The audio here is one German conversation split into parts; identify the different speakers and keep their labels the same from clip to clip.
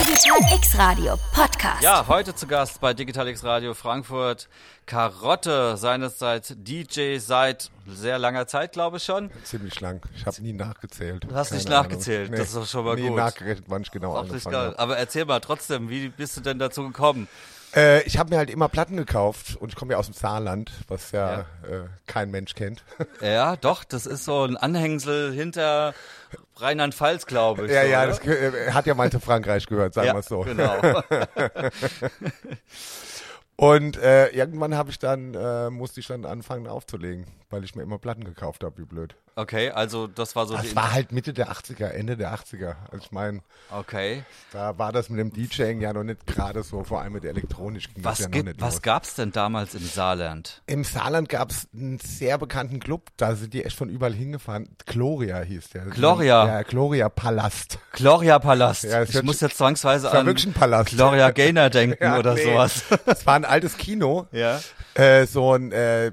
Speaker 1: Digital X Radio Podcast.
Speaker 2: Ja, heute zu Gast bei Digitalix Radio Frankfurt Karotte, seinerseits DJ seit sehr langer Zeit, glaube ich schon.
Speaker 3: Ziemlich lang. Ich habe nie nachgezählt.
Speaker 2: Du hast nicht
Speaker 3: Keine
Speaker 2: nachgezählt, das ist doch schon mal
Speaker 3: nie
Speaker 2: gut.
Speaker 3: nachgerechnet, wann ich genau
Speaker 2: Auch nicht
Speaker 3: angefangen
Speaker 2: geil.
Speaker 3: habe.
Speaker 2: Aber erzähl mal trotzdem, wie bist du denn dazu gekommen?
Speaker 3: Äh, ich habe mir halt immer Platten gekauft und ich komme ja aus dem Saarland, was ja, Äh, kein Mensch kennt.
Speaker 2: Ja, doch, das ist so ein Anhängsel hinter Rheinland-Pfalz, glaube ich.
Speaker 3: ja,
Speaker 2: so,
Speaker 3: ja,
Speaker 2: oder?
Speaker 3: das ge- äh, hat ja mal zu Frankreich gehört, sagen
Speaker 2: ja,
Speaker 3: wir es so.
Speaker 2: Genau.
Speaker 3: Und äh, irgendwann habe ich dann, äh, musste ich dann anfangen aufzulegen, weil ich mir immer Platten gekauft habe, wie blöd.
Speaker 2: Okay, also das war so die.
Speaker 3: Das war halt Mitte der 80er, Ende der 80er. Also ich meine,
Speaker 2: Okay.
Speaker 3: da war das mit dem DJing ja noch nicht gerade so, vor allem mit der Elektronik ging das
Speaker 2: Was,
Speaker 3: ja noch
Speaker 2: gibt,
Speaker 3: nicht
Speaker 2: was
Speaker 3: los.
Speaker 2: gab's denn damals im Saarland?
Speaker 3: Im Saarland gab es einen sehr bekannten Club, da sind die echt von überall hingefahren. Gloria hieß der.
Speaker 2: Gloria?
Speaker 3: Ja, Gloria Palast.
Speaker 2: Gloria Palast.
Speaker 3: Ja, es
Speaker 2: ich
Speaker 3: hört
Speaker 2: muss
Speaker 3: sich-
Speaker 2: jetzt zwangsweise
Speaker 3: Das war
Speaker 2: an
Speaker 3: wirklich ein Palast.
Speaker 2: Gloria Gaynor denken
Speaker 3: Ja,
Speaker 2: oder
Speaker 3: nee.
Speaker 2: sowas.
Speaker 3: Das war ein altes Kino.
Speaker 2: Ja.
Speaker 3: Äh, so ein, äh,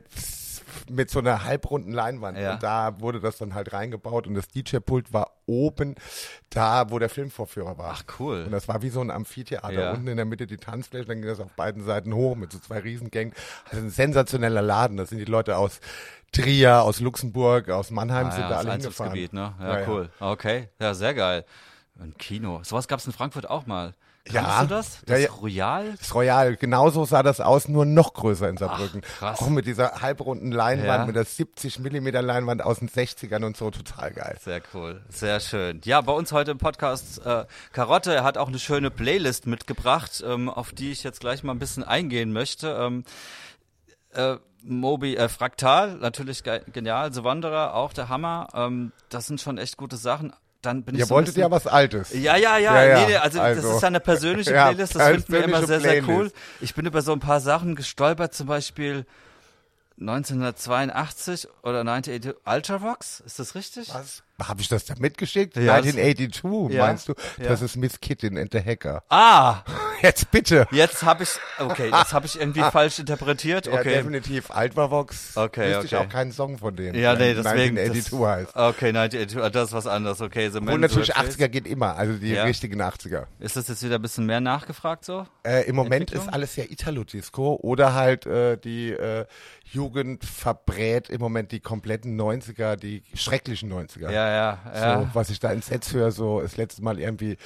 Speaker 3: mit so einer halbrunden Leinwand.
Speaker 2: Ja.
Speaker 3: Und da wurde das dann halt reingebaut und das DJ-Pult war oben da, wo der Filmvorführer war.
Speaker 2: Ach, cool.
Speaker 3: Und das war wie so ein Amphitheater.
Speaker 2: Ja.
Speaker 3: Unten in der Mitte die Tanzfläche, dann ging das auf beiden Seiten hoch mit so zwei Riesengängen. Also ein sensationeller Laden. Das sind die Leute aus Trier, aus Luxemburg, aus Mannheim
Speaker 2: Ah
Speaker 3: sind
Speaker 2: ja,
Speaker 3: da
Speaker 2: das
Speaker 3: alle hingefahren.
Speaker 2: Einzugsgebiet, ne? Ja, cool. Okay, ja, sehr geil. Ein Kino. Sowas gab's in Frankfurt auch mal.
Speaker 3: Ja.
Speaker 2: Kannst du das? Das
Speaker 3: Ja, ja.
Speaker 2: Royal?
Speaker 3: Das Royal, genauso sah das aus, nur noch größer in Saarbrücken.
Speaker 2: Ach, krass.
Speaker 3: Auch mit dieser halbrunden Leinwand,
Speaker 2: Ja.
Speaker 3: mit der 70 Millimeter Leinwand aus den 60ern und so, total geil.
Speaker 2: Sehr cool, sehr schön. Ja, bei uns heute im Podcast äh, Karotte er hat auch eine schöne Playlist mitgebracht, ähm, auf die ich jetzt gleich mal ein bisschen eingehen möchte. Ähm, äh, Mobi äh, Fraktal, natürlich ge genial. The Wanderer, auch der Hammer. Ähm, das sind schon echt gute Sachen. Dann bin ich
Speaker 3: Ihr
Speaker 2: so ein
Speaker 3: wolltet
Speaker 2: bisschen-
Speaker 3: ja was Altes.
Speaker 2: Ja, ja, ja,
Speaker 3: Ja, ja,
Speaker 2: Nee, nee, also, das
Speaker 3: also.
Speaker 2: ist ja eine persönliche
Speaker 3: Ja,
Speaker 2: Playlist, das finden wir immer sehr,
Speaker 3: persönliche
Speaker 2: sehr cool.
Speaker 3: Playlist.
Speaker 2: Ich bin über so ein paar Sachen gestolpert, zum Beispiel 1982 oder 1982 Ultravox, ist das richtig?
Speaker 3: Was? Hab ich das da mitgeschickt?
Speaker 2: Ja, das-
Speaker 3: 1982,
Speaker 2: Ja.
Speaker 3: meinst du?
Speaker 2: Ja.
Speaker 3: Das ist Miss Kittin and the Hacker.
Speaker 2: Ah,
Speaker 3: Jetzt bitte.
Speaker 2: jetzt habe ich, okay, das habe ich irgendwie falsch interpretiert,
Speaker 3: Ja,
Speaker 2: okay.
Speaker 3: definitiv. Altwavox.
Speaker 2: Okay,
Speaker 3: Wüsste ich
Speaker 2: okay.
Speaker 3: auch keinen Song von denen.
Speaker 2: Ja, nee,
Speaker 3: der
Speaker 2: deswegen.
Speaker 3: 1982 heißt.
Speaker 2: das, also okay, 1982, das ist was anderes, okay. The Man
Speaker 3: Und
Speaker 2: Who
Speaker 3: natürlich
Speaker 2: Sold Face.
Speaker 3: 80er geht immer, also die
Speaker 2: Ja.
Speaker 3: richtigen 80er.
Speaker 2: Ist das jetzt wieder ein bisschen mehr nachgefragt so?
Speaker 3: Äh, Im Moment
Speaker 2: Entwicklung?
Speaker 3: ist alles ja Italo-Disco oder halt äh, die äh, Jugend verbrät im Moment die kompletten 90er, die schrecklichen 90er.
Speaker 2: Ja, ja, ja.
Speaker 3: So, was ich da in Sets höre, so das letzte Mal irgendwie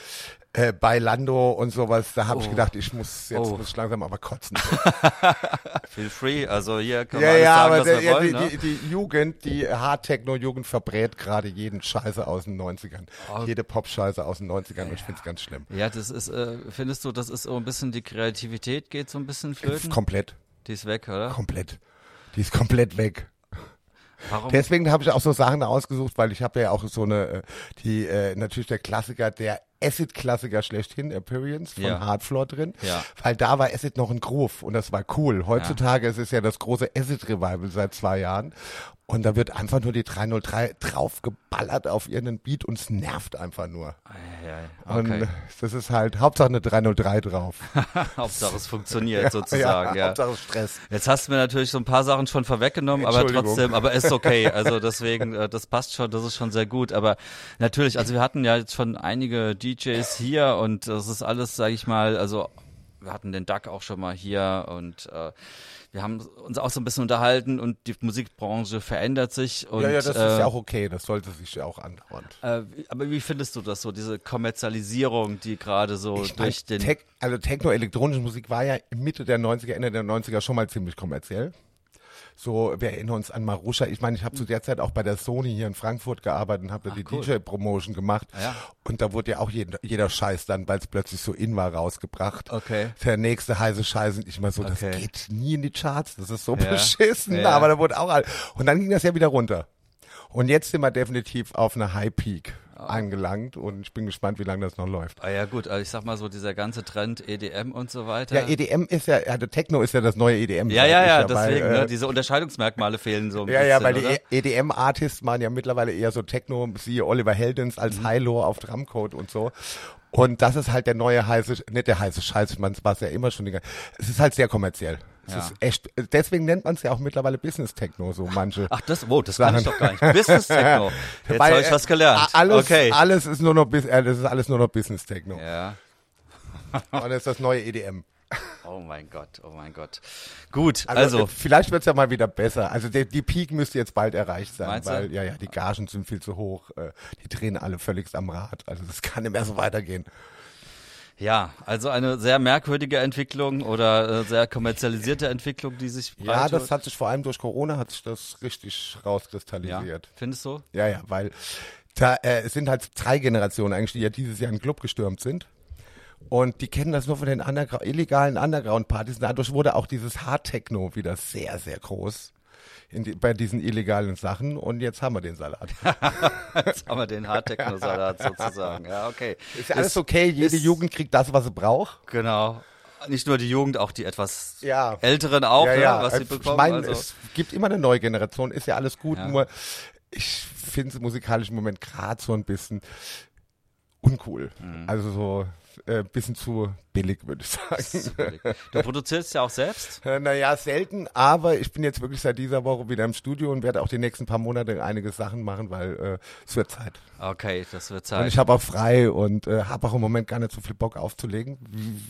Speaker 3: äh, bei Lando und sowas, da habe ich gedacht, ich muss jetzt
Speaker 2: Oh.
Speaker 3: muss ich langsam aber kotzen.
Speaker 2: Feel free, also hier können wir
Speaker 3: ja,
Speaker 2: alles
Speaker 3: ja,
Speaker 2: sagen,
Speaker 3: aber
Speaker 2: was
Speaker 3: der,
Speaker 2: wir
Speaker 3: ja,
Speaker 2: wollen,
Speaker 3: die,
Speaker 2: ne?
Speaker 3: die, die Jugend, die Hard-Techno-Jugend verbrät gerade jeden Scheiße aus den 90ern. Jede Pop-Scheiße aus den 90ern und ich finde es ganz schlimm.
Speaker 2: Oh. Ja, das ist, äh, findest du, das ist so ein bisschen, die Kreativität geht so ein bisschen flöten?
Speaker 3: Komplett,
Speaker 2: Die ist weg, oder?
Speaker 3: komplett. Die ist komplett weg.
Speaker 2: Warum?
Speaker 3: Deswegen habe ich auch so Sachen da ausgesucht, weil ich habe ja auch so eine, äh, die äh, natürlich der Klassiker, der Acid-Klassiker schlechthin, Appearance von
Speaker 2: Ja.
Speaker 3: Hardfloor drin,
Speaker 2: Ja.
Speaker 3: weil da war Acid noch ein Groove und das war cool. Heutzutage ist es ja das große Acid-Revival seit zwei Jahren und da wird einfach nur die 303 draufgeballert auf irgendeinen Beat und es nervt einfach nur.
Speaker 2: Ja,
Speaker 3: Und
Speaker 2: okay.
Speaker 3: äh, das ist halt Hauptsache eine 303 drauf.
Speaker 2: Hauptsache es funktioniert sozusagen, ja.
Speaker 3: Hauptsache Stress.
Speaker 2: Jetzt hast du mir natürlich so ein paar Sachen schon vorweggenommen, aber
Speaker 3: Entschuldigung.
Speaker 2: trotzdem, aber ist okay. Also deswegen, äh, das passt schon, das ist schon sehr gut. Aber natürlich, also wir hatten ja jetzt schon einige DJs hier und das ist alles, sage ich mal, also wir hatten den Duck auch schon mal hier und äh, wir haben uns auch so ein bisschen unterhalten und die Musikbranche verändert sich. Und,
Speaker 3: ja, ja, das
Speaker 2: äh,
Speaker 3: ist ja auch okay, das sollte sich ja auch andauern.
Speaker 2: Äh, wie- aber wie findest du das so, diese Kommerzialisierung, die gerade so
Speaker 3: Ich
Speaker 2: durch
Speaker 3: mein,
Speaker 2: den.
Speaker 3: Tech, also Techno-elektronische Musik war ja Mitte der 90er, Ende der 90er schon mal ziemlich kommerziell. So, wir erinnern uns an Marusha. Ich meine, ich habe zu der Zeit auch bei der Sony hier in Frankfurt gearbeitet und habe da die
Speaker 2: cool.
Speaker 3: DJ-Promotion gemacht.
Speaker 2: Ja.
Speaker 3: Und da wurde ja auch jeder, jeder Scheiß dann, weil es plötzlich so in war, rausgebracht.
Speaker 2: Okay.
Speaker 3: Der nächste heiße Scheiß und ich mal so,
Speaker 2: Okay.
Speaker 3: das geht nie in die Charts. Das ist so
Speaker 2: Ja.
Speaker 3: beschissen.
Speaker 2: Ja.
Speaker 3: Aber da wurde auch all. Und dann ging das ja wieder runter. Und jetzt sind wir definitiv auf einer High Peak
Speaker 2: Oh.
Speaker 3: angelangt und ich bin gespannt, wie lange das noch läuft.
Speaker 2: ah ja, gut, also ich sag mal so, dieser ganze Trend EDM und so weiter.
Speaker 3: Ja, EDM ist ja, also Techno ist ja das neue EDM.
Speaker 2: Ja,
Speaker 3: sag
Speaker 2: ja,
Speaker 3: ich
Speaker 2: ja,
Speaker 3: weil,
Speaker 2: deswegen,
Speaker 3: äh,
Speaker 2: ne, diese Unterscheidungsmerkmale fehlen so ein
Speaker 3: ja,
Speaker 2: bisschen.
Speaker 3: ja, weil
Speaker 2: oder?
Speaker 3: die E- EDM-Artists machen ja mittlerweile eher so Techno, siehe Oliver Heldens
Speaker 2: Mhm.
Speaker 3: als Hilo auf Drumcode und so. Und das ist halt der neue heiße, nicht der heiße Scheiß, ich meine, es war es ja immer schon. die ganze- Es ist halt sehr kommerziell. Es
Speaker 2: Ja.
Speaker 3: ist echt, deswegen nennt man es ja auch mittlerweile Business Techno, so manche.
Speaker 2: Ach, das, wow, das kann ich
Speaker 3: Sachen.
Speaker 2: doch gar nicht. Business Techno. Jetzt
Speaker 3: Weil,
Speaker 2: habe ich
Speaker 3: äh,
Speaker 2: was gelernt.
Speaker 3: Alles,
Speaker 2: okay.
Speaker 3: alles ist nur noch, bis- äh, das ist alles nur noch Business Techno.
Speaker 2: ja.
Speaker 3: Und das ist das neue E EDM.
Speaker 2: Oh mein Gott, oh mein Gott. Gut,
Speaker 3: Also,
Speaker 2: also,
Speaker 3: äh, vielleicht wird es ja mal wieder besser. Also die, die Peak müsste jetzt bald erreicht sein,
Speaker 2: Meinst du?
Speaker 3: weil ja, ja, die Gagen sind viel zu hoch. Äh, die drehen alle völligst am Rad. Also das kann nicht mehr so weitergehen. äh,
Speaker 2: ja, also eine sehr merkwürdige Entwicklung oder äh, sehr kommerzialisierte Entwicklung, die sich
Speaker 3: Ja,
Speaker 2: breit
Speaker 3: Ah, das hat sich vor allem durch Corona hat sich das richtig
Speaker 2: ja,
Speaker 3: rauskristallisiert.
Speaker 2: findest du?
Speaker 3: Ja, ja, weil da äh, es sind halt drei Generationen eigentlich, die ja dieses Jahr in den Club gestürmt sind. Und die kennen das nur von den Undergra illegalen Underground-Partys. Dadurch wurde auch dieses Hard-Techno wieder sehr, sehr groß in die, bei diesen illegalen Sachen. Und jetzt haben wir den Salat.
Speaker 2: Jetzt haben wir den Hardtechno-Salat sozusagen. Ja, okay.
Speaker 3: Ist ja alles okay, jede
Speaker 2: ist-
Speaker 3: Jugend kriegt das, was sie braucht.
Speaker 2: Genau. Nicht nur die Jugend, auch die etwas
Speaker 3: Ja.
Speaker 2: älteren auch,
Speaker 3: ja,
Speaker 2: ne,
Speaker 3: ja.
Speaker 2: was sie
Speaker 3: ich
Speaker 2: bekommen.
Speaker 3: meine,
Speaker 2: also.
Speaker 3: es gibt immer eine neue Generation, ist ja alles gut,
Speaker 2: Ja.
Speaker 3: nur ich finde es musikalisch im Moment gerade so ein bisschen uncool.
Speaker 2: Mhm.
Speaker 3: Also so ein äh, bisschen zu billig, würde ich sagen.
Speaker 2: Du produzierst ja auch selbst.
Speaker 3: Äh, Naja, selten, aber ich bin jetzt wirklich seit dieser Woche wieder im Studio und werde auch die nächsten paar Monate einige Sachen machen, weil äh, es wird Zeit.
Speaker 2: Okay, das wird
Speaker 3: Und
Speaker 2: Zeit.
Speaker 3: ich habe auch frei und äh, habe auch im Moment gar nicht so viel Bock aufzulegen,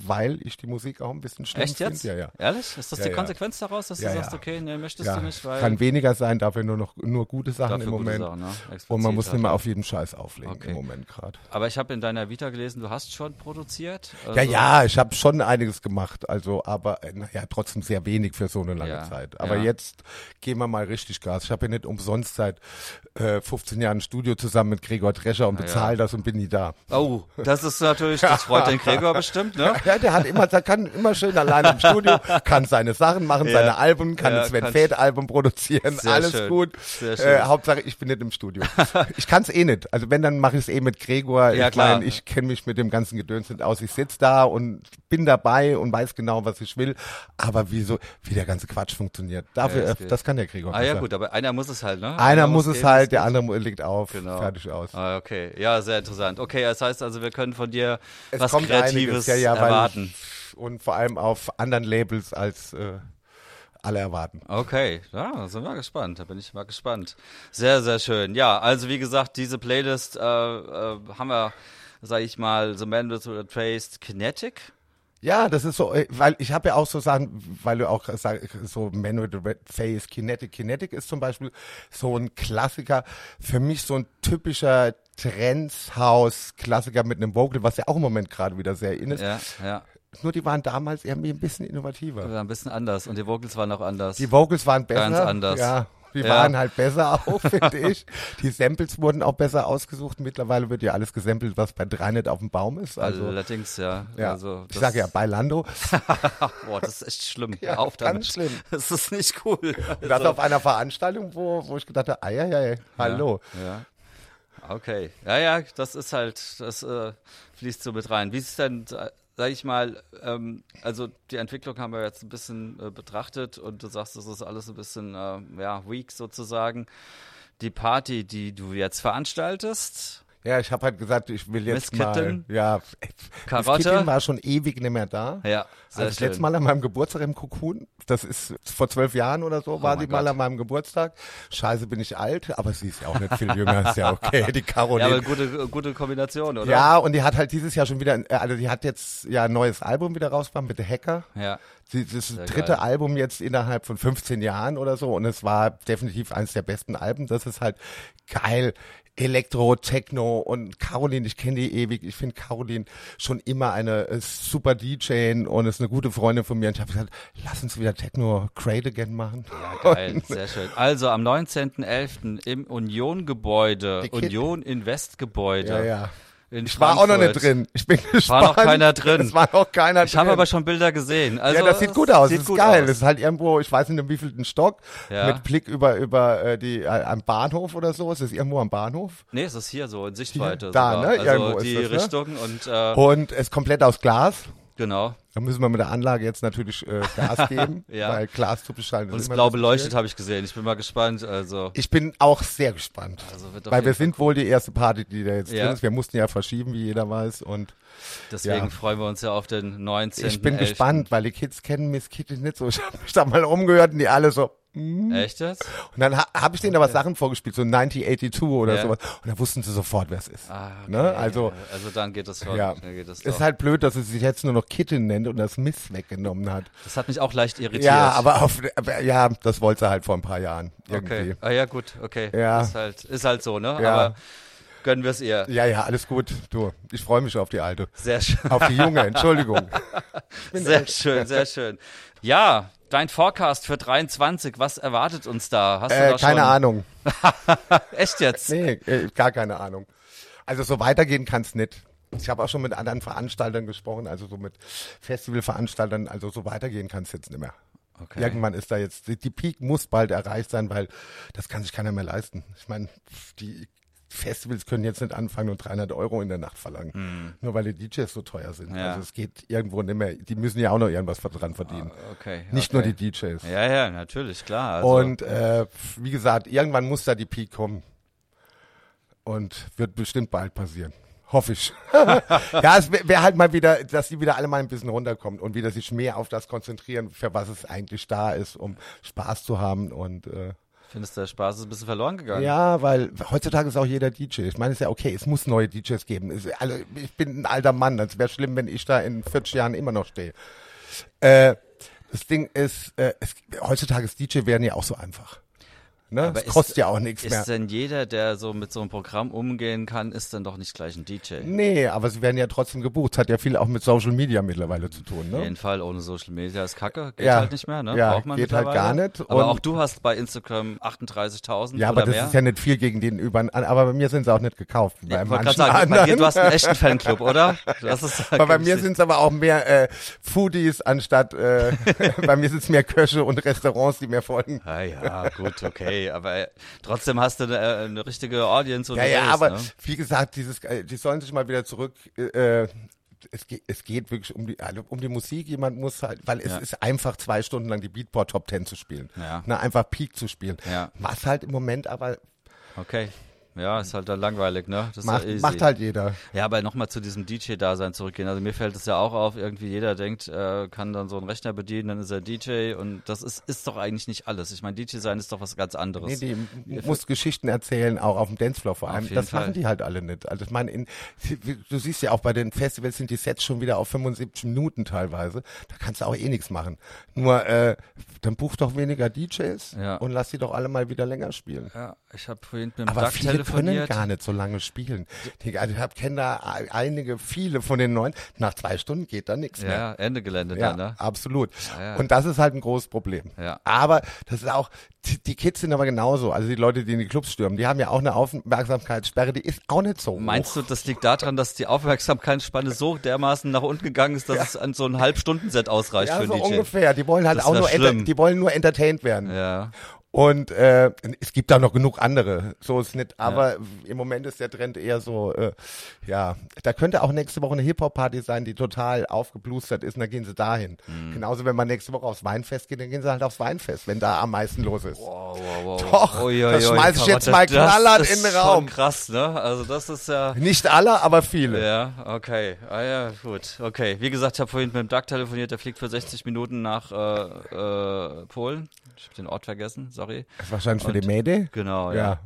Speaker 3: weil ich die Musik auch ein bisschen schlimm
Speaker 2: Echt
Speaker 3: finde.
Speaker 2: jetzt?
Speaker 3: Ja, ja.
Speaker 2: Ehrlich? Ist das
Speaker 3: Ja,
Speaker 2: die
Speaker 3: ja.
Speaker 2: Konsequenz daraus, dass
Speaker 3: Ja,
Speaker 2: du
Speaker 3: ja.
Speaker 2: sagst, okay, nee, möchtest
Speaker 3: Ja,
Speaker 2: du nicht, weil
Speaker 3: kann weniger sein, dafür nur noch nur gute Sachen
Speaker 2: dafür
Speaker 3: im
Speaker 2: gute
Speaker 3: Moment.
Speaker 2: Sachen, ne?
Speaker 3: Und man
Speaker 2: Explizit
Speaker 3: muss
Speaker 2: halt.
Speaker 3: nicht mal auf jeden Scheiß auflegen
Speaker 2: Okay.
Speaker 3: im Moment gerade.
Speaker 2: Aber ich habe in deiner Vita gelesen, du hast schon produziert. Also,
Speaker 3: Ja, ja, ich habe schon einiges gemacht, also aber äh, naja, trotzdem sehr wenig für so eine lange
Speaker 2: Ja,
Speaker 3: Zeit. Aber
Speaker 2: ja.
Speaker 3: jetzt gehen wir mal richtig Gas. Ich habe ja nicht umsonst seit äh, 15 Jahren ein Studio zusammen mit Gregor Drescher und
Speaker 2: ja.
Speaker 3: bezahle das und bin nie da.
Speaker 2: Oh, das ist natürlich, das freut den Gregor bestimmt, ne?
Speaker 3: Ja, der hat immer, der kann immer schön alleine im Studio, kann seine Sachen machen,
Speaker 2: Ja.
Speaker 3: seine Alben, kann
Speaker 2: Ja,
Speaker 3: ein Sven
Speaker 2: kann's-
Speaker 3: Feth Album produzieren,
Speaker 2: Sehr
Speaker 3: alles
Speaker 2: schön.
Speaker 3: gut.
Speaker 2: Sehr
Speaker 3: Äh,
Speaker 2: schön.
Speaker 3: Hauptsache, ich bin nicht im Studio. ich kann's eh nicht. Also wenn, dann mache ich es eh mit Gregor.
Speaker 2: Ja,
Speaker 3: ich
Speaker 2: klar.
Speaker 3: mein, ich kenne mich mit dem ganzen Gedöns nicht aus. Ich sitz da und bin dabei und weiß genau, was ich will. Aber wieso, wie der ganze Quatsch funktioniert. Dafür,
Speaker 2: Ja, es
Speaker 3: äh,
Speaker 2: geht.
Speaker 3: das kann der Gregor.
Speaker 2: Ah ja
Speaker 3: besser.
Speaker 2: gut, aber einer muss es halt, ne?
Speaker 3: Einer muss es
Speaker 2: geben,
Speaker 3: halt, der andere mu- legt auf.
Speaker 2: Genau.
Speaker 3: Fertig aus.
Speaker 2: Ah, okay. Ja, sehr interessant. Okay, das heißt also, wir können von dir
Speaker 3: Es
Speaker 2: was
Speaker 3: kommt
Speaker 2: Kreatives
Speaker 3: einiges, ja, ja, weil-
Speaker 2: erwarten.
Speaker 3: Und vor allem auf anderen Labels als äh, alle erwarten.
Speaker 2: Okay, ja, sind wir gespannt. Da bin ich mal gespannt. Sehr, sehr schön. Ja, also wie gesagt, diese Playlist äh, äh, haben wir, sag ich mal, The Man with the Traced Kinetic.
Speaker 3: Ja, das ist so, äh, weil ich habe ja auch so Sachen, weil du auch sag, so Man with a Red Face, Kinetic, Kinetic ist zum Beispiel so ein Klassiker, für mich so ein typischer Trendshaus-Klassiker mit einem Vocal, was ja auch im Moment gerade wieder sehr in ist.
Speaker 2: Ja, ja.
Speaker 3: Nur die waren damals irgendwie ein bisschen innovativer.
Speaker 2: War ein bisschen anders und die Vocals waren auch anders.
Speaker 3: Die Vocals waren besser.
Speaker 2: Ganz anders.
Speaker 3: Ja, die
Speaker 2: Ja.
Speaker 3: waren halt besser auch, finde ich. Die Samples wurden auch besser ausgesucht. Mittlerweile wird ja alles gesampelt, was bei 300 auf dem Baum ist. Also,
Speaker 2: Allerdings, ja.
Speaker 3: ja.
Speaker 2: Also,
Speaker 3: ich sage ja, bei Lando.
Speaker 2: Boah, das ist echt schlimm.
Speaker 3: Ja,
Speaker 2: Hör auf damit.
Speaker 3: ganz schlimm.
Speaker 2: Das ist nicht cool.
Speaker 3: Und das auf einer Veranstaltung, wo, wo ich gedacht habe, ei, ei, ei, hallo.
Speaker 2: Ja. Okay. Ja, ja, das ist halt, das äh, fließt so mit rein. Wie ist es denn, äh, sag ich mal, ähm, also die Entwicklung haben wir jetzt ein bisschen äh, betrachtet und du sagst, das ist alles ein bisschen, äh, ja, weak sozusagen. Die Party, die du jetzt veranstaltest,
Speaker 3: Ja, ich habe halt gesagt, ich will jetzt
Speaker 2: Miss
Speaker 3: mal.
Speaker 2: Kitten.
Speaker 3: Ja, äh,
Speaker 2: Karotte.
Speaker 3: Miss Kitten war schon ewig nicht mehr da.
Speaker 2: ja, sehr
Speaker 3: also das
Speaker 2: schön.
Speaker 3: letzte Mal an meinem Geburtstag im Kokun, das ist vor zwölf Jahren oder so, war
Speaker 2: Oh mein
Speaker 3: sie mal
Speaker 2: Gott.
Speaker 3: an meinem Geburtstag. Scheiße, bin ich alt, aber sie ist ja auch nicht viel jünger, ist ja okay, die
Speaker 2: ja,
Speaker 3: Caroline.
Speaker 2: aber gute, gute Kombination, oder?
Speaker 3: Ja, und die hat halt dieses Jahr schon wieder, äh, also die hat jetzt ja ein neues Album wieder rausgebracht mit The Hacker.
Speaker 2: Ja.
Speaker 3: Sie- Das
Speaker 2: Sehr
Speaker 3: dritte
Speaker 2: geil.
Speaker 3: Album jetzt innerhalb von 15 Jahren oder so und es war definitiv eines der besten Alben. Das ist halt geil. Elektro, Techno und Caroline, ich kenne die ewig. Ich finde Caroline schon immer eine äh, super DJ und ist eine gute Freundin von mir. Und ich habe gesagt, lass uns wieder Techno Great Again machen.
Speaker 2: Ja, geil, sehr schön. Also am 19.11. im Union-Gebäude,
Speaker 3: Die Kid-
Speaker 2: Union-Invest-Gebäude.
Speaker 3: Ja, ja.
Speaker 2: In
Speaker 3: Ich war auch noch nicht
Speaker 2: Frankfurt.
Speaker 3: drin. Ich bin gespannt.
Speaker 2: noch keiner drin.
Speaker 3: Es war noch keiner
Speaker 2: Ich
Speaker 3: drin.
Speaker 2: habe aber schon Bilder gesehen. Also,
Speaker 3: ja, das sieht
Speaker 2: es
Speaker 3: gut aus.
Speaker 2: sieht
Speaker 3: das ist
Speaker 2: gut
Speaker 3: geil.
Speaker 2: aus.
Speaker 3: Das ist halt irgendwo, ich weiß nicht, im wievielten Stock,
Speaker 2: Ja.
Speaker 3: mit Blick über, über äh, die, äh, am Bahnhof oder so. Ist das irgendwo am Bahnhof?
Speaker 2: Nee, es ist hier so in Sichtweite.
Speaker 3: Hier? Da,
Speaker 2: sogar.
Speaker 3: ne?
Speaker 2: Also
Speaker 3: Irgendwo ist
Speaker 2: die
Speaker 3: das, ne?
Speaker 2: Richtung und äh,
Speaker 3: Und es ist komplett aus Glas.
Speaker 2: genau.
Speaker 3: Da müssen wir mit der Anlage jetzt natürlich äh, Gas geben,
Speaker 2: Ja.
Speaker 3: weil Glas zu beschallen ist.
Speaker 2: Und es
Speaker 3: immer
Speaker 2: blau
Speaker 3: ein bisschen
Speaker 2: beleuchtet
Speaker 3: schwierig.
Speaker 2: habe ich gesehen. Ich bin mal gespannt. Also
Speaker 3: Ich bin auch sehr gespannt.
Speaker 2: Also wird auf
Speaker 3: weil wir
Speaker 2: jeden Fall
Speaker 3: sind wohl die erste Party, die da jetzt
Speaker 2: Ja.
Speaker 3: drin ist. Wir mussten ja verschieben, wie jeder weiß. Und
Speaker 2: deswegen
Speaker 3: ja.
Speaker 2: freuen wir uns ja auf den 19.
Speaker 3: ich bin gespannt, weil die Kids kennen Miss Kitty nicht so. Ich habe mich da mal umgehört und die alle so, "Mm,
Speaker 2: Echt jetzt?
Speaker 3: Und dann ha habe ich denen aber Sachen vorgespielt, so 9082 oder
Speaker 2: Ja.
Speaker 3: sowas. Und dann wussten sie sofort, wer es ist.
Speaker 2: Ah, okay.
Speaker 3: ne? Also,
Speaker 2: also dann geht das
Speaker 3: ja.
Speaker 2: Dann geht das,
Speaker 3: Ist
Speaker 2: doch.
Speaker 3: halt blöd, dass es sich jetzt nur noch Kitten nennt und das Miss weggenommen hat.
Speaker 2: das hat mich auch leicht irritiert.
Speaker 3: Ja, aber, auf, aber ja, das wollte sie halt vor ein paar Jahren irgendwie.
Speaker 2: Okay. Ah ja, gut, okay.
Speaker 3: Ja.
Speaker 2: Ist halt, ist halt so, ne?
Speaker 3: Ja.
Speaker 2: Aber gönnen wir es ihr.
Speaker 3: Ja, ja, alles gut. Du, ich freue mich auf die alte.
Speaker 2: Sehr schön.
Speaker 3: Auf die junge, Entschuldigung.
Speaker 2: Sehr schön, sehr schön. Ja, dein Forecast für 23, was erwartet uns da? Hast du
Speaker 3: Äh,
Speaker 2: da
Speaker 3: keine
Speaker 2: schon?
Speaker 3: Ahnung.
Speaker 2: Echt jetzt?
Speaker 3: Nee, äh, gar keine Ahnung. Also so weitergehen kann's nicht. Ich habe auch schon mit anderen Veranstaltern gesprochen, also so mit Festivalveranstaltern, also so weitergehen kann's jetzt nicht mehr.
Speaker 2: Okay.
Speaker 3: Irgendwann ist da jetzt, die die Peak muss bald erreicht sein, weil das kann sich keiner mehr leisten. Ich meine, die Festivals können jetzt nicht anfangen und 300 Euro in der Nacht verlangen, nur weil die DJs so teuer sind.
Speaker 2: Hm. Ja.
Speaker 3: Also es geht irgendwo nicht mehr, die müssen ja auch noch irgendwas dran verdienen.
Speaker 2: Okay.
Speaker 3: Nicht
Speaker 2: Ah, okay.
Speaker 3: nur die DJs.
Speaker 2: Ja, ja, natürlich, klar. Also,
Speaker 3: Und äh, wie gesagt, irgendwann muss da die Peak kommen. Und wird bestimmt bald passieren. Hoffe ich. ja, es wäre halt mal wieder, dass die wieder alle mal ein bisschen runterkommen und wieder sich mehr auf das konzentrieren, für was es eigentlich da ist, um Spaß zu haben. Und äh,
Speaker 2: findest du, der Spaß ist ein bisschen verloren gegangen?
Speaker 3: ja, weil heutzutage ist auch jeder DJ. Ich meine, es ist ja okay, es muss neue DJs geben. Es, also, ich bin ein alter Mann. Es wäre schlimm, wenn ich da in 40 Jahren immer noch stehe. Äh, das Ding ist, äh, es, heutzutage ist DJ werden ja auch so einfach. Ne?
Speaker 2: Aber
Speaker 3: Es
Speaker 2: ist-
Speaker 3: kostet ja auch nichts
Speaker 2: Ist
Speaker 3: mehr.
Speaker 2: denn jeder, der so mit so einem Programm umgehen kann, ist dann doch nicht gleich ein DJ?
Speaker 3: Nee, aber sie werden ja trotzdem gebucht. Das hat ja viel auch mit Social Media mittlerweile zu tun.
Speaker 2: Auf
Speaker 3: Ne?
Speaker 2: jeden Fall, ohne Social Media ist kacke. Geht
Speaker 3: Ja.
Speaker 2: halt nicht mehr, ne?
Speaker 3: Ja,
Speaker 2: Braucht man
Speaker 3: geht halt
Speaker 2: mittlerweile.
Speaker 3: gar nicht.
Speaker 2: Aber
Speaker 3: Und-
Speaker 2: auch du hast bei Instagram 38.000
Speaker 3: Ja, aber
Speaker 2: oder
Speaker 3: das
Speaker 2: mehr.
Speaker 3: ist ja nicht viel gegen den über. Aber bei mir sind sie auch nicht gekauft. Wie bei
Speaker 2: ich wollte
Speaker 3: manchen
Speaker 2: gerade sagen, bei dir,
Speaker 3: anderen.
Speaker 2: du hast einen echten Fanclub, oder? Das ist,
Speaker 3: Aber bei mir sind es aber auch mehr äh, Foodies anstatt, äh, bei mir sind es mehr Köche und Restaurants, die mir folgen.
Speaker 2: Ah ja, gut, okay, aber trotzdem hast du eine, eine richtige Audience und
Speaker 3: Ja, ja,
Speaker 2: alles,
Speaker 3: aber
Speaker 2: ne?
Speaker 3: wie gesagt, dieses, äh, die sollen sich mal wieder zurück. Äh, es geht, es geht wirklich um die, also um die Musik. Jemand muss halt, weil es
Speaker 2: Ja.
Speaker 3: ist einfach zwei Stunden lang die Beatport Top Ten zu spielen,
Speaker 2: Ja.
Speaker 3: Na, einfach Peak zu spielen.
Speaker 2: Ja.
Speaker 3: Was halt im Moment aber
Speaker 2: Okay. Ja, ist halt dann langweilig, ne? Das ist
Speaker 3: macht,
Speaker 2: ja easy.
Speaker 3: macht halt jeder.
Speaker 2: Ja, aber nochmal zu diesem DJ-Dasein zurückgehen. Also mir fällt es ja auch auf, irgendwie jeder denkt, äh, kann dann so einen Rechner bedienen, dann ist er DJ und das ist, ist doch eigentlich nicht alles. Ich meine, DJ sein ist doch was ganz anderes.
Speaker 3: Nee, die m- muss Geschichten erzählen, auch auf dem Dancefloor vor allem.
Speaker 2: jeden
Speaker 3: Das
Speaker 2: Fall.
Speaker 3: machen die halt alle nicht. Also ich meine, in, du siehst ja auch bei den Festivals sind die Sets schon wieder auf 75 Minuten teilweise. Da kannst du auch eh nichts machen. Nur äh, dann buch doch weniger DJs
Speaker 2: Ja.
Speaker 3: und lass die doch alle mal wieder länger spielen.
Speaker 2: Ja, ich habe vorhin mit dem
Speaker 3: Aber
Speaker 2: Duck
Speaker 3: viele können
Speaker 2: telefoniert.
Speaker 3: gar nicht so lange spielen. Die- Also ich hab- kenn da e- einige, viele von den neuen. Nach zwei Stunden geht da nichts mehr.
Speaker 2: Ja, Ende Gelände
Speaker 3: Ja,
Speaker 2: dann, ne?
Speaker 3: absolut.
Speaker 2: ja.
Speaker 3: Und das ist halt ein großes Problem.
Speaker 2: Ja.
Speaker 3: Aber das ist auch, die, die Kids sind aber genauso. Also die Leute, die in die Clubs stürmen, die haben ja auch eine Aufmerksamkeitssperre, die ist auch nicht so hoch.
Speaker 2: Meinst du, das liegt daran, dass die Aufmerksamkeitsspanne so dermaßen nach unten gegangen ist, dass es an so ein Halbstundenset ausreicht
Speaker 3: ja,
Speaker 2: für
Speaker 3: so
Speaker 2: einen DJ?
Speaker 3: ungefähr. Die wollen halt
Speaker 2: Das
Speaker 3: auch
Speaker 2: wär
Speaker 3: nur, enter-
Speaker 2: schlimm.
Speaker 3: die wollen nur entertained werden.
Speaker 2: Ja,
Speaker 3: Und äh, es gibt da noch genug andere. So ist nicht. Aber im Moment ist der Trend eher so, äh, ja, da könnte auch nächste Woche eine Hip-Hop-Party sein, die total aufgeblustert ist und dann gehen sie dahin.
Speaker 2: Mhm.
Speaker 3: Genauso, wenn man nächste Woche aufs Weinfest geht, dann gehen sie halt aufs Weinfest, wenn da am meisten los ist.
Speaker 2: wow, wow, wow.
Speaker 3: Doch, das schmeiß ich jetzt
Speaker 2: Karotte,
Speaker 3: mal knallhart
Speaker 2: das
Speaker 3: in den
Speaker 2: ist
Speaker 3: Raum.
Speaker 2: Schon krass, ne? Also das ist ja...
Speaker 3: Nicht alle, aber viele.
Speaker 2: Ja, okay. Ah ja, gut. Okay. Wie gesagt, ich habe vorhin mit dem Duck telefoniert, der fliegt für 60 Minuten nach äh, äh, Polen. Ich habe den Ort vergessen, sorry.
Speaker 3: Das ist wahrscheinlich für die Mäde.
Speaker 2: Genau, ja.
Speaker 3: Ja.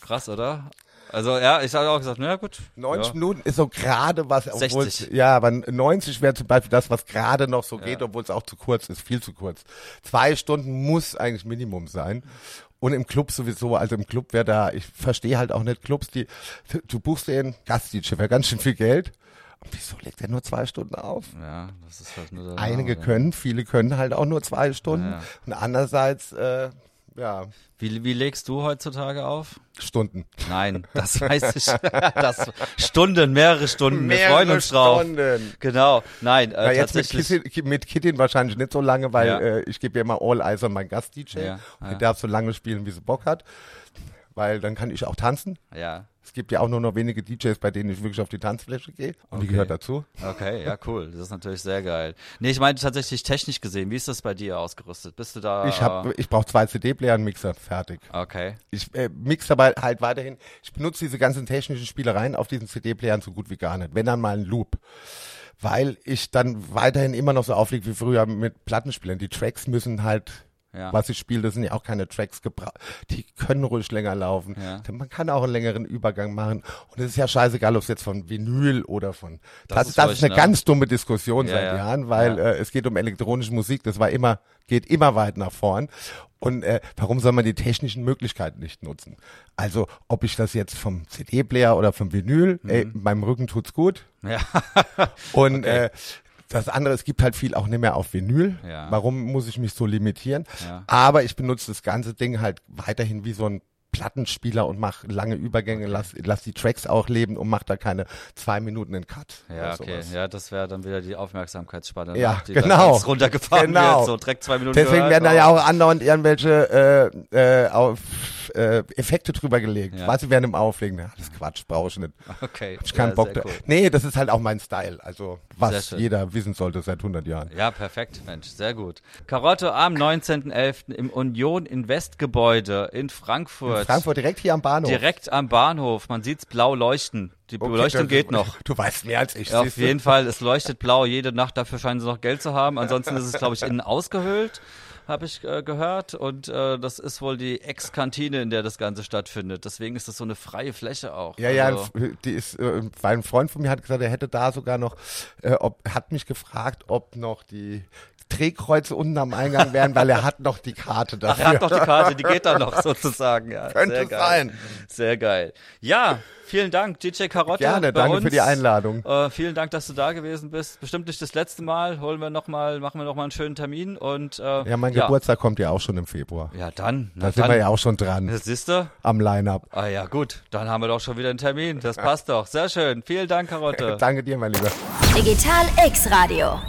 Speaker 2: Krass, oder? Also ja, ich habe auch gesagt, na gut.
Speaker 3: 90
Speaker 2: ja.
Speaker 3: Minuten ist so gerade was, obwohl
Speaker 2: 60.
Speaker 3: ja, aber 90 wäre zum Beispiel das, was gerade noch so geht, obwohl es auch zu kurz ist, viel zu kurz. Zwei Stunden muss eigentlich Minimum sein. Und im Club sowieso, also im Club wäre da, ich verstehe halt auch nicht Clubs, die, du buchst den Gast-DJ für ganz schön viel Geld. Und wieso legt er nur zwei Stunden auf?
Speaker 2: Ja, das ist halt nur der
Speaker 3: Einige
Speaker 2: Name.
Speaker 3: können, viele können halt auch nur zwei Stunden.
Speaker 2: Ja.
Speaker 3: Und andererseits, äh, ja,
Speaker 2: Wie, wie legst du heutzutage auf?
Speaker 3: Stunden.
Speaker 2: Nein, das weiß ich. Das, Stunden, mehrere Stunden. Wir freuen uns drauf.
Speaker 3: Stunden.
Speaker 2: Genau. Nein, äh,
Speaker 3: Na, jetzt mit
Speaker 2: tatsächlich.
Speaker 3: Kittin, Ki- mit Kittin wahrscheinlich nicht so lange, weil
Speaker 2: Ja.
Speaker 3: äh, ich gebe ja immer All Eyes an meinen Gast-DJ.
Speaker 2: Ja,
Speaker 3: Und
Speaker 2: ja.
Speaker 3: die darf so lange spielen, wie sie Bock hat. Weil dann kann ich auch tanzen.
Speaker 2: ja.
Speaker 3: Es gibt ja auch nur noch wenige DJs, bei denen ich wirklich auf die Tanzfläche gehe. Und
Speaker 2: Okay.
Speaker 3: die gehört dazu.
Speaker 2: Okay, ja, cool. Das ist natürlich sehr geil. Nee, ich meine tatsächlich technisch gesehen, wie ist das bei dir ausgerüstet? Bist du da?
Speaker 3: Ich, hab,
Speaker 2: äh,
Speaker 3: ich brauche zwei CD-Player und Mixer. Fertig.
Speaker 2: Okay.
Speaker 3: Ich äh, mix dabei halt weiterhin. Ich benutze diese ganzen technischen Spielereien auf diesen CD-Playern so gut wie gar nicht. Wenn dann mal ein Loop. Weil ich dann weiterhin immer noch so aufliege wie früher mit Plattenspielern. Die Tracks müssen halt
Speaker 2: Ja.
Speaker 3: was ich spiele. Das sind ja auch keine Tracks gebraucht. Die können ruhig länger laufen.
Speaker 2: Ja.
Speaker 3: Denn Man kann auch einen längeren Übergang machen. Und es ist ja scheißegal, ob es jetzt von Vinyl oder von.
Speaker 2: Das
Speaker 3: Das, das
Speaker 2: ist
Speaker 3: ist,
Speaker 2: wurscht,
Speaker 3: eine
Speaker 2: ne?
Speaker 3: ganz dumme Diskussion
Speaker 2: Ja,
Speaker 3: seit
Speaker 2: ja.
Speaker 3: Jahren, weil
Speaker 2: Ja.
Speaker 3: äh, es geht um elektronische Musik. Das war immer, geht immer weit nach vorn. Und äh, warum soll man die technischen Möglichkeiten nicht nutzen? Also, ob ich das jetzt vom CD-Player oder vom Vinyl,
Speaker 2: Mhm.
Speaker 3: ey, meinem Rücken tut's gut.
Speaker 2: Ja.
Speaker 3: Und äh, das andere, es gibt halt viel auch nicht mehr auf Vinyl.
Speaker 2: Ja.
Speaker 3: Warum muss ich mich so limitieren?
Speaker 2: Ja.
Speaker 3: Aber ich benutze das ganze Ding halt weiterhin wie so ein Plattenspieler und mache lange Übergänge, lass, lass die Tracks auch leben und mache da keine zwei Minuten einen Cut.
Speaker 2: Ja,
Speaker 3: oder
Speaker 2: okay.
Speaker 3: sowas.
Speaker 2: Ja, das wäre dann wieder die Aufmerksamkeitsspanne,
Speaker 3: Ja,
Speaker 2: ne? die
Speaker 3: genau.
Speaker 2: dann ganz runtergefahren
Speaker 3: Genau.
Speaker 2: wird, so direkt zwei Minuten
Speaker 3: Deswegen
Speaker 2: gehört,
Speaker 3: werden da
Speaker 2: oh.
Speaker 3: ja auch andauernd irgendwelche äh, äh, auf, äh, Effekte drüber gelegt.
Speaker 2: Ja.
Speaker 3: Was sie während dem Auflegen. Ja, das Quatsch, brauche ich nicht.
Speaker 2: Okay.
Speaker 3: Hab ich keinen
Speaker 2: ja,
Speaker 3: Bock.
Speaker 2: sehr
Speaker 3: Da.
Speaker 2: cool.
Speaker 3: Nee, das ist halt auch mein Style. Also,
Speaker 2: Sehr
Speaker 3: was
Speaker 2: schön.
Speaker 3: jeder wissen sollte seit 100 Jahren.
Speaker 2: Ja, perfekt, Mensch, sehr gut. Karotte am 19.11. im Union Invest Gebäude in Frankfurt.
Speaker 3: Frankfurt direkt hier am Bahnhof.
Speaker 2: Direkt am Bahnhof. Man sieht's blau leuchten. Die
Speaker 3: Okay,
Speaker 2: Beleuchtung
Speaker 3: dann-
Speaker 2: geht noch.
Speaker 3: Du weißt mehr als ich.
Speaker 2: Ja, auf
Speaker 3: siehst du?
Speaker 2: jeden Fall, es leuchtet blau jede Nacht, dafür scheinen sie noch Geld zu haben. Ansonsten ist es, glaube ich, innen ausgehöhlt, habe ich äh, gehört. Und äh, das ist wohl die Ex-Kantine, in der das Ganze stattfindet. Deswegen ist das so eine freie Fläche auch.
Speaker 3: Ja, ja,
Speaker 2: Also,
Speaker 3: f- die ist, äh, weil ein Freund von mir hat gesagt, er hätte da sogar noch, äh, ob, hat mich gefragt, ob noch die Drehkreuze unten am Eingang wären, weil er hat noch die Karte
Speaker 2: Ach, er hat
Speaker 3: dafür.
Speaker 2: noch die Karte, die geht da noch sozusagen. Ja,
Speaker 3: Könnte
Speaker 2: sehr geil.
Speaker 3: sein.
Speaker 2: Sehr geil. Ja, vielen Dank, DJ Karotte.
Speaker 3: Gerne,
Speaker 2: bei
Speaker 3: danke
Speaker 2: uns.
Speaker 3: für die Einladung.
Speaker 2: Äh, vielen Dank, dass du da gewesen bist. Bestimmt nicht das letzte Mal. Holen wir noch mal, machen wir noch mal einen schönen Termin und äh,
Speaker 3: Ja, mein Geburtstag kommt ja auch schon im Februar.
Speaker 2: Ja, dann. Na,
Speaker 3: Da sind
Speaker 2: dann.
Speaker 3: wir ja auch schon dran
Speaker 2: Siehst du?
Speaker 3: am Line-Up.
Speaker 2: Ah ja, gut, dann haben wir doch schon wieder einen Äh. Termin. Das passt doch. Sehr schön. Vielen Dank, Karotte.
Speaker 3: Danke dir, mein Lieber.
Speaker 1: Digital X Radio.